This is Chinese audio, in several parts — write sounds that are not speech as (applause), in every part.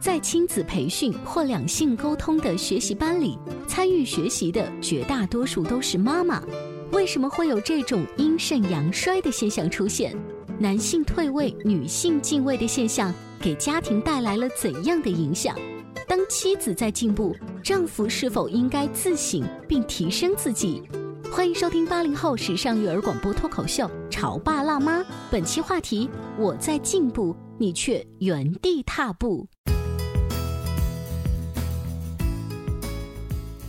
在亲子培训或两性沟通的学习班里，参与学习的绝大多数都是妈妈。为什么会有这种阴盛阳衰的现象出现？男性退位、女性进位的现象给家庭带来了怎样的影响？当妻子在进步，丈夫是否应该自省并提升自己？欢迎收听八零后时尚育儿广播脱口秀《潮爸辣妈》，本期话题：我在进步，你却原地踏步。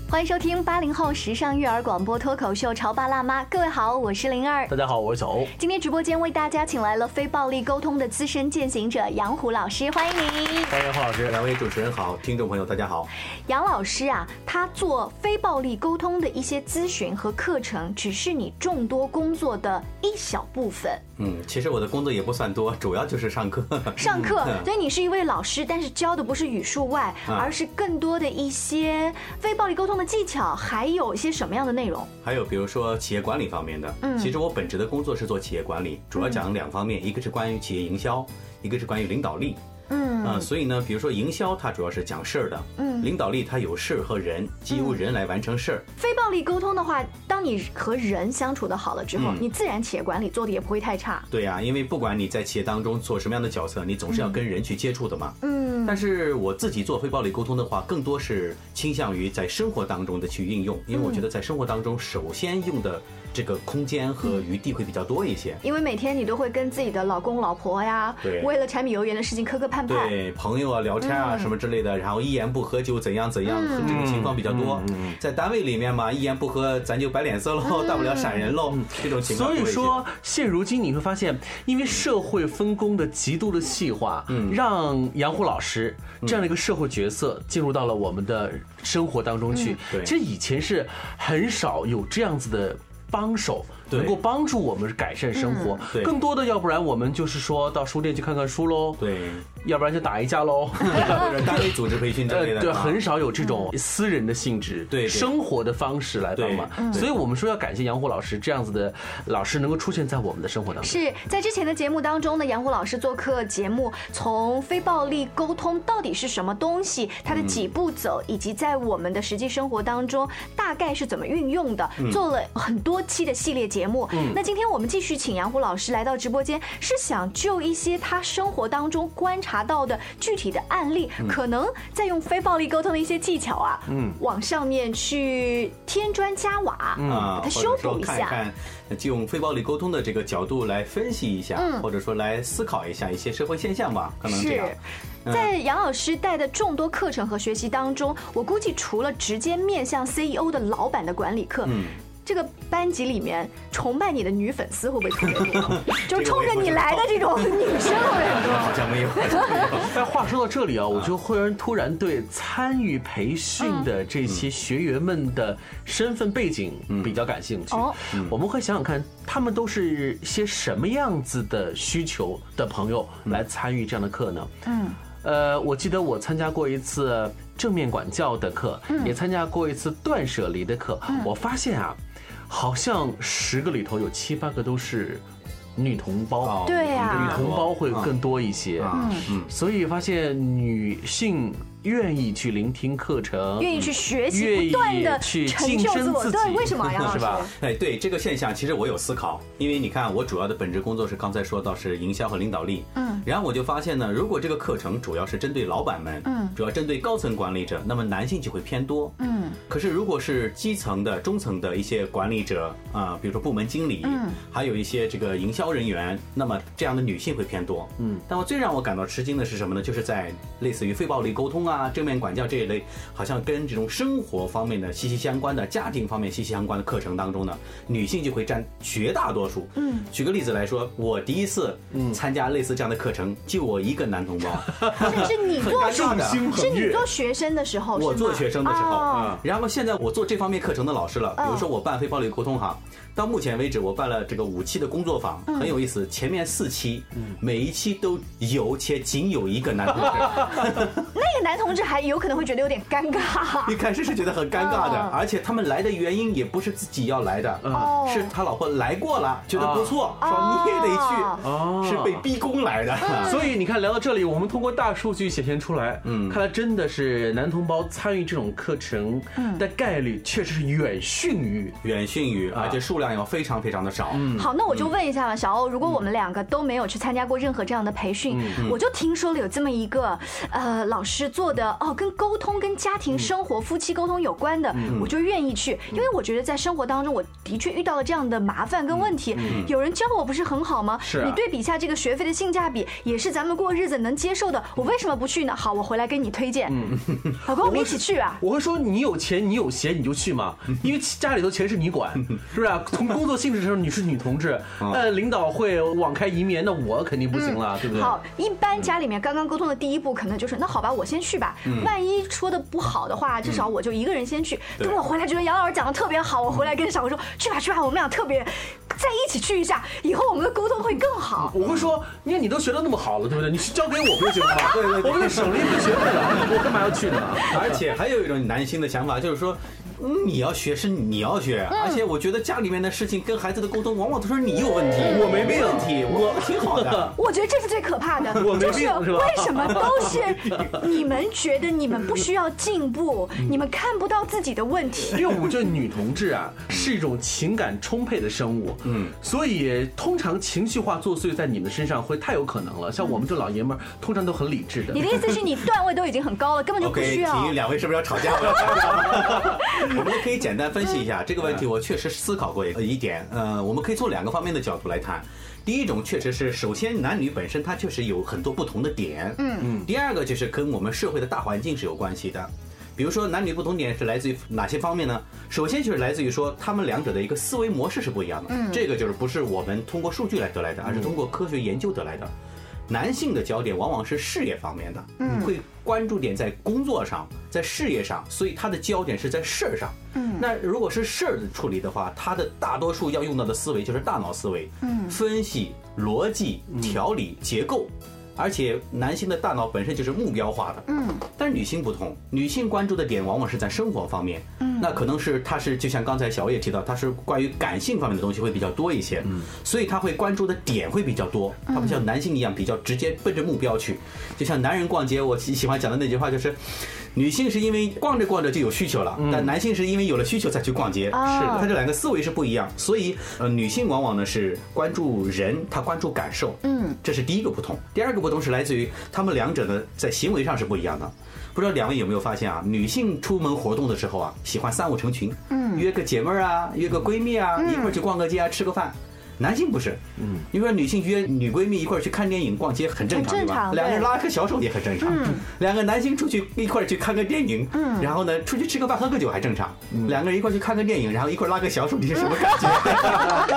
欢迎收听八零后时尚育儿广播脱口秀《潮爸辣妈》，各位好，我是灵儿大。家好，我是小欧。今天直播间为大家请来了非暴力沟通的资深践行者杨虎老师，欢迎您。欢迎黄老师。两位主持人好，听众朋友大家好。杨老师啊，他做非暴力沟通的一些咨询和课程，只是你众多工作的一小部分。嗯，其实我的工作也不算多，主要就 (laughs) 是上课。上课，嗯所以你是一位老师，但是教的不是语数外，啊而是更多的一些非暴力沟通的技巧，还有一些什么样的内容？还有比如说企业管理方面的，嗯其实我本职的工作是做企业管理，主要讲两方面，一个是关于企业营销，一个是关于领导力。嗯啊、所以呢，比如说营销它主要是讲事儿的，嗯领导力它有事儿和人，基于人来完成事儿。非暴力沟通的话，当你和人相处的好了之后，嗯你自然企业管理做的也不会太差。对呀、因为不管你在企业当中做什么样的角色，你总是要跟人去接触的嘛。嗯，但是我自己做非暴力沟通的话，更多是倾向于在生活当中的去应用，因为我觉得在生活当中，首先用的这个空间和余地会比较多一嗯些。因为每天你都会跟自己的老公、老婆呀，对为了柴米油盐的事情磕磕绊绊。对朋友啊、聊天啊什么之类的，然后一言不合就怎样怎样，这种情况比较多。嗯在单位里面嘛，一言不合咱就摆脸色喽，大不了闪人喽，这种情况。所以说，，现如今你会发现，因为社会分工的极度的细化，让杨虎老师这样的一个社会角色进入到了我们的生活当中去。对其实以前是很少有这样子的。帮手对能够帮助我们改善生活，对更多的要不然我们就是说到书店去看看书喽，，对，要不然就打一 (laughs) 架喽，或者单位组织培训之类呃，的， (laughs) 对，啊很少有这种私人的性质，对对生活的方式来帮对嗯忙，所以我们说要感谢杨虎老师这样子的老师能够出现在我们的生活当中。是在之前的节目当中呢，杨虎老师做客节目，从非暴力沟通到底是什么东西，它的几步走，以及在我们的实际生活当中大概是怎么运用的，做了很多期的系列节目。那今天我们继续请杨虎老师来到直播间，是想就一些他生活当中观察到的具体的案例，可能在用非暴力沟通的一些技巧啊，嗯，往上面去添砖加瓦，啊把，它或嗯修者说补一看下。看，呃就用非暴力沟通的这个角度来分析一下，嗯或者说来思考一下一些社会现象吧，可能这是样。，嗯在杨老师带的众多课程和学习当中，我估计除了直接面向 CEO 的老板的管理课，嗯，这个班级里面崇拜你的女粉丝会不会特别 (laughs) 多？就这个冲我也着不你知道来的这种女生会不会很多？好像没有，好像没有 (laughs) 但话说到这里啊，我就忽然突然对参与培训嗯的这些学员们的身份背景比较感兴趣哦。我们会想想看，他们都是些什么样子的需求的朋友来参与这样的课呢？嗯，呃，我记得我参加过一次正面管教的课，嗯也参加过一次断舍离的课。我发现啊，好像十个里头有七八个都是女同胞，哦 (laughs) 对呀啊女同胞会更多一些。啊，嗯所以发现女性愿意去聆听课程，愿意去学愿习，意不断的去成晋就升自我。自对，己为什么啊杨老师？是吧哎，对这个现象，其实我有思考，因为你看，我主要的本职工作是刚才说到是营销和领导力，嗯，然后我就发现呢，如果这个课程主要是针对老板们，嗯主要针对高层管理者，那么男性就会偏多，嗯，可是如果是基层的、中层的一些管理者啊、比如说部门经理，嗯，还有一些这个营销人员，那么这样的女性会偏多，嗯，但我最让我感到吃惊的是什么呢？就是在类似于非暴力沟通啊、正面管教这一类，好像跟这种生活方面的息息相关的、家庭方面息息相关的课程当中呢，女性就会占绝大多数。嗯，举个例子来说，我第一次参加类似这样的课程，就我一个男同 (laughs) 胞。这是你 (laughs) 做很尴学尬的是你做学生的时候，我哦是做吗学生的时候，嗯哦然后现在我做这方面课程的老师了。比哦如说我办非暴力沟通哈，到目前为止我办了这个五期的工作坊，嗯很有意思。前面四期，每一期都有且仅有一个男 (laughs) 同志。那个男同志还有可能会觉得有点尴尬。一开始是觉得很尴尬的嗯，而且他们来的原因也不是自己要来的，哦是他老婆来过了，觉得不错，说你也得去，哦是被逼宫来的。嗯所以你看，聊到这里，我们通过大数据显现出来，嗯看来真的是男同胞参与这种课程嗯的概率确实是远逊于远逊于，啊而且数量要非常非常的少。嗯好，那我就问一下吧，小欧，如果我们两个都没有去参加过任何这样的培训，嗯我就听说了有这么一个呃老师做的哦，跟沟通、跟家庭生活、夫妻沟通有关的，嗯我就愿意去，因为我觉得在生活当中，我的确遇到了这样的麻烦跟问题，有人教我不是很好吗？嗯是啊你对比一下这个学费的性价比，也是咱们过日子能接受的，我为什么不去呢？好，我回来跟你推荐，嗯老公，我们一起去啊。我会说你有钱，你有闲，你就去嘛，因为家里头钱是你管，是不是、啊？从工作性质上你是女同志，呃，领导会网开一面，那我肯定不行了，对不对？嗯好，一般家里面刚刚沟通的第一步，可能就是那好吧，我先去吧。嗯万一说的不好的话，至少我就一个人先去。对等我回来觉得杨老师讲的特别好，我回来跟小吴说去吧去吧，我们俩特别再一起去一下，以后我们的沟通会更好。我会说，你看你都学的那么好了，对不对？你去交给我不就行了吗？对对对我们就省了一笔学费了， (laughs) 我干嘛要去呢？ (laughs) 而且还有一种男性的想法，就是说。嗯你要学是你要学，而且我觉得家里面的事情跟孩子的沟通，往往都是你有问题，我没问题，嗯我挺好的。我觉得这是最可怕的， (laughs) 我没就是病是吧为什么都是你们觉得你们不需要进步，嗯你们看不到自己的问题。因为我觉得女同志啊是一种情感充沛的生物，嗯，所以通常情绪化作祟在你们身上会太有可能了。像我们这老爷们儿，通常都很理智的你。的意思是你段位都已经很高了，根本就不 OK，需要。体育两位是不是要吵架了？ (laughs) 我们可以简单分析一下这个问嗯题，我确实思考过一点。呃，我们可以从两个方面的角度来谈。第一种确实是，首先男女本身它确实有很多不同的点，嗯嗯。第二个就是跟我们社会的大环境是有关系的。比如说男女不同点是来自于哪些方面呢？首先就是来自于说他们两者的一个思维模式是不一样的，嗯，这个就是不是我们通过数据来得来的，而是通过科学研究得来的。男性的焦点往往是事业方面的，嗯，会关注点在工作上，在事业上，所以他的焦点是在事儿上。嗯，那如果是事儿的处理的话，他的大多数要用到的思维就是大脑思维，嗯，分析、逻辑、条理、结构。而且男性的大脑本身就是目标化的，嗯，但女性不同，女性关注的点往往是在生活方面，嗯，那可能是她是就像刚才小欧也提到，她是关于感性方面的东西会比较多一些，嗯，所以她会关注的点会比较多，她不像男性一样比较直接奔着目标去，就像男人逛街，我喜喜欢讲的那句话就是。女性是因为逛着逛着就有需求了，但男性是因为有了需求才去逛街，啊是的他这两个思维是不一样，所以呃，女性往往呢是关注人，她关注感受，嗯，这是第一个不同。第二个不同是来自于她们两者呢在行为上是不一样的。不知道两位有没有发现啊？女性出门活动的时候啊，喜欢三五成群，嗯，约个姐妹儿啊，约个闺蜜啊，一块儿去逛个街啊，吃个饭。男性不是，嗯，你说女性约女闺蜜一块儿去看电影、逛街很正常，很正对吧常两个人对嗯拉个小手也很正常。两个男性出去一块儿去看个电影，然后呢出去吃个饭喝个酒还正常。两个人一块儿去看个电影，然后一块儿拉个小手，你是什么感觉？ (laughs)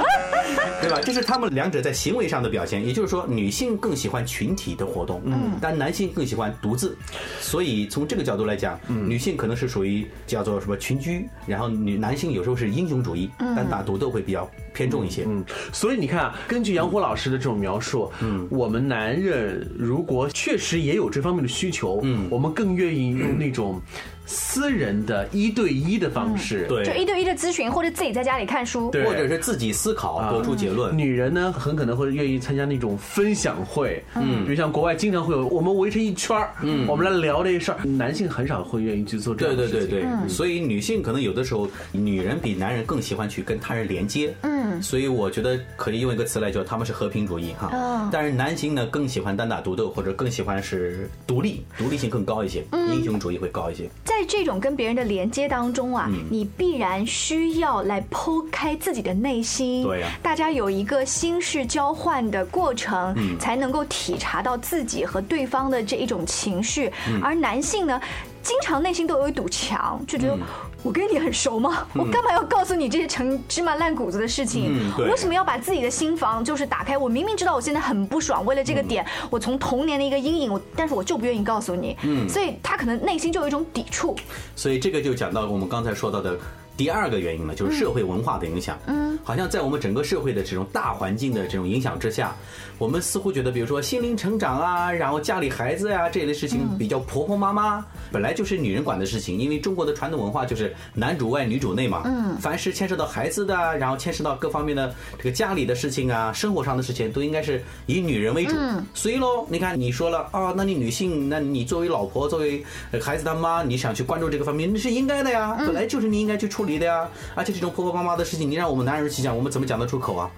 对吧？这是他们两者在行为上的表现，也就是说，女性更喜欢群体的活动，嗯，但男性更喜欢独自。所以从这个角度来讲，女性可能是属于叫做什么群居，然后女男性有时候是英雄主义，嗯单打独斗会比较偏重一些。嗯，所以你看啊，根据杨虎老师的这种描述，嗯，我们男人如果确实也有这方面的需求，嗯，我们更愿意用那种私人的一对一的方式。对就一对一的咨询，或者自己在家里看书。对啊或者是自己思考得出结论。女人呢，很可能会愿意参加那种分享会，嗯，比如像国外经常会有，我们围成一圈儿，嗯，我们来聊这个事儿。男性很少会愿意去做这对样的对事情。嗯对对，所以女性可能有的时候，女人比男人更喜欢去跟他人连接。嗯，所以我觉得可以用一个词来叫他们是和平主义哈。啊哦但是男性呢，更喜欢单打独斗，或者更喜欢是独立，独立性更高一些，嗯英雄主义会高一些。在这种跟别人的连接当中啊，嗯你必然需要来剖开自己的内心。对呀大家有一个心事交换的过程，嗯才能够体察到自己和对方的这一种情绪。嗯而男性呢，经常内心都有一堵墙，就觉嗯得。我跟你很熟吗？我干嘛要告诉你这些陈芝麻烂谷子的事情？嗯对为什么要把自己的心房就是打开？我明明知道我现在很不爽，为了这个点，嗯我从童年的一个阴影，我但是我就不愿意告诉你。嗯，所以他可能内心就有一种抵触。所以这个就讲到我们刚才说到的第二个原因了，就是社会文化的影响。嗯，好像在我们整个社会的这种大环境的这种影响之下，我们似乎觉得，比如说心灵成长啊，然后家里孩子呀、这类事情比较婆婆妈妈，本来就是女人管的事情，因为中国的传统文化就是男主外女主内嘛。嗯，凡是牵涉到孩子的啊，然后牵涉到各方面的这个家里的事情啊，生活上的事情，都应该是以女人为主。嗯所以喽，你看你说了啊，那你女性，那你作为老婆，作为呃孩子他妈，你想去关注这个方面，那是应该的嗯呀，本来就是你应该去处理的呀。而且这种婆婆妈妈的事情，你让我们男人去讲，我们怎么讲得出口 (laughs) 啊？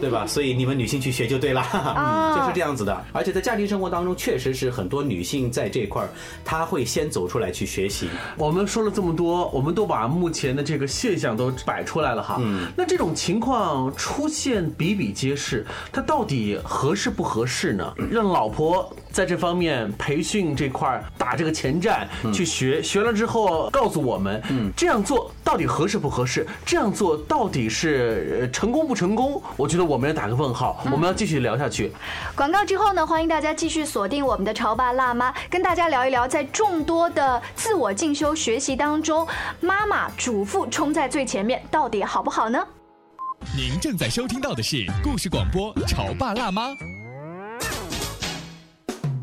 对吧？所以你们女性去学就对了，哦 (laughs) 嗯就是这样子的。而且在家庭生活当中，确实是很多女性在这一块儿，她会先走出来去学习。我们说了这么多，我们都把目前的这个现象都摆出来了哈。那这种情况出现比比皆是，它到底合适不合适呢？让老婆在这方面培训这块儿打这个前站、去学，学了之后告诉我们，这样做到底合适不合适？这样做到底是呃成功不成功？我觉得我们要打个问号，我们要继续聊下去。广告之后呢，欢迎大家继续锁定我们的潮爸辣妈，跟大家聊一聊在众多的自我进修学习当中，妈妈主妇冲在最前面，到底好不好呢？您正在收听到的是故事广播《潮爸辣妈》。 《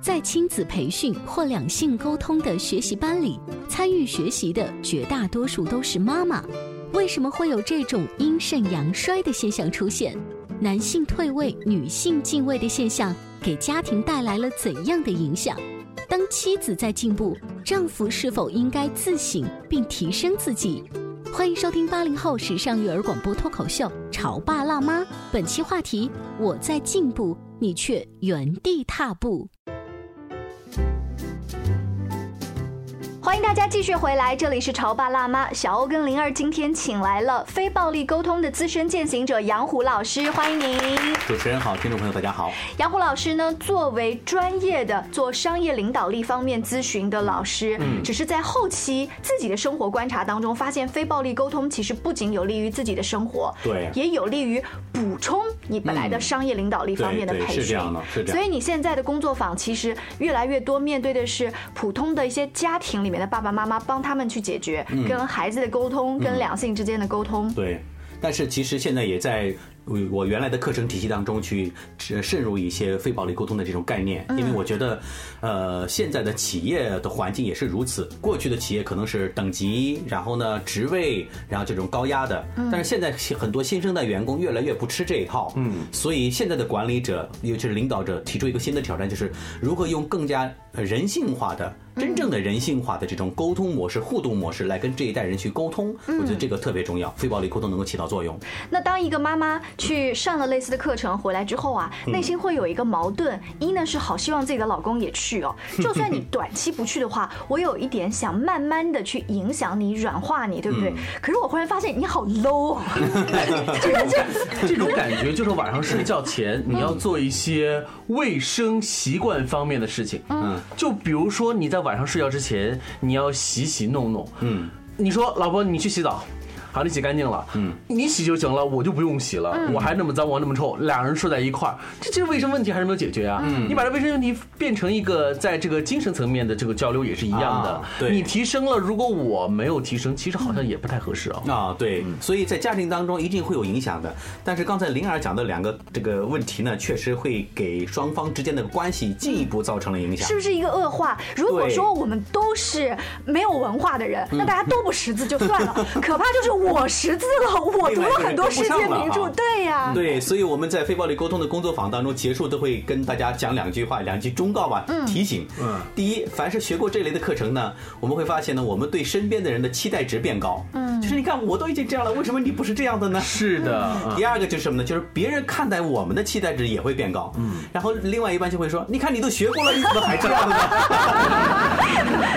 在亲子培训或两性沟通的学习班里，参与学习的绝大多数都是妈妈。为什么会有这种阴盛阳衰的现象出现？男性退位、女性进位的现象，给家庭带来了怎样的影响？当妻子在进步，丈夫是否应该自省并提升自己？欢迎收听八零后时尚育儿广播脱口秀《潮爸辣妈》，本期话题：我在进步，你却原地踏步。欢迎大家继续回来，这里是潮爸辣妈，小欧跟灵儿今天请来了非暴力沟通的资深践行者杨虎老师，欢迎您。主持人好，听众朋友大家好。杨虎老师呢，作为专业的做商业领导力方面咨询的老师，嗯只是在后期自己的生活观察当中，发现非暴力沟通其实不仅有利于自己的生活，对也有利于补充你本来的嗯商业领导力方面的对对培是训。这样的是这样所以你现在的工作坊其实越来越多面对的是普通的一些家庭里面的爸爸妈妈，帮他们去解决嗯跟孩子的沟通、跟两性之间的沟通。对，但是其实现在也在呃我原来的课程体系当中去呃渗入一些非暴力沟通的这种概念，因为我觉得，呃，现在的企业的环境也是如此。过去的企业可能是等级，然后呢职位，然后这种高压的，但是现在很多新生代员工越来越不吃这一套，嗯，所以现在的管理者，尤其是领导者，提出一个新的挑战，就是如何用更加呃人性化的。真正的人性化的这种沟通模式、互动模式来跟这一代人去沟通，我觉得这个特别重要，非暴力沟通能够起到作用。那当一个妈妈去上了类似的课程回来之后啊，嗯内心会有一个矛盾，一呢是好希望自己的老公也去哦，嗯就算你短期不去的 (laughs) 话，我有一点想慢慢的去影响你、软化你，对不对？嗯可是我忽然发现你好 (laughs) low (laughs) 啊，这种感觉就是晚上睡觉前你要做一些卫生习惯方面的事情。嗯，就比如说你在晚上睡觉之前，你要洗洗弄弄。嗯，你说老婆，你去洗澡。好，你洗干净了，嗯，你洗就行了，我就不用洗了，我还那么脏，我还那么臭，俩人睡在一块儿，这这卫生问题还是没有解决啊。你把这卫生问题变成一个在这个精神层面的这个交流也是一样的。啊对你提升了，如果我没有提升，其实好像也不太合适哦。啊，对，所以在家庭当中一定会有影响的。但是刚才灵儿讲的两个这个问题呢，确实会给双方之间的关系进一步造成了影响是。不是一个恶化？如果对说我们都是没有文化的嗯人，那大家都不识字就算 (laughs) 了，可怕就是我识字了，我读另外一了个人很多跟不世上界了名哈著，对呀、对，所以我们在非暴力沟通的工作坊当中，结束都会跟大家讲两句话，两句忠告吧，提醒。嗯，第一，凡是学过这类的课程呢，我们会发现呢，我们对身边的人的期待值变高。嗯，就是你看我都已经这样了，为什么你不是啊这样的呢？是的，嗯第二个就是什么呢？就是别人看待我们的期待值也会变高。嗯，然后另外一半就会说：“你看你都学过了，你怎么还这样呢？”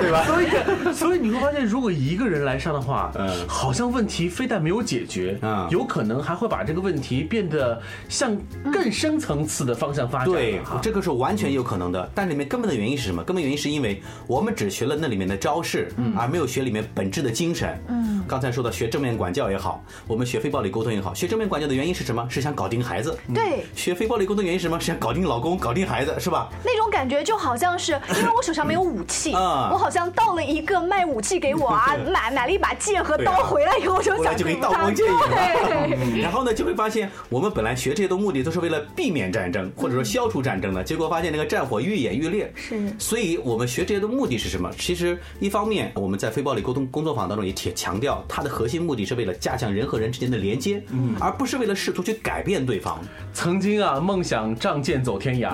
对吧？所以，所以你会发现，如果一个人来上的话，嗯好像问题非但没有解决，嗯有可能还会把这个问题变得向更深层次的方向发展。啊对哈，这个是完全有可能的。但里面根本的原因是什么？根本原因是因为我们只学了那里面的招式，而没有学里面本质的精神。嗯，刚才说到学正面管教也好，我们学非暴力沟通也好，学正面管教的原因是什么？是想搞定孩子。对学非暴力沟通的原因是什么？是想搞定老公、搞定孩子，是吧？那种感觉就好像 (laughs) 是，因为我手上没有武器，啊我好像到了一个卖武器给我啊， (laughs) 买买了一把剑和对刀啊回来以后，我就回来想就给对你刀光 (laughs) 剑影对了。嗯然后呢，就会发现我们本来学这些的目的都是为了避免战争，或者说消除战争的，结果发现那个战火愈演愈烈。嗯是所以我们学这些的目的是什么？其实一方面我们在非暴力沟通工作坊当中也强强调，它的核心目的是为了加强人和人之间的连接，嗯而不是为了试图去改变对方。曾经啊，梦想仗剑走天 (laughs) 涯，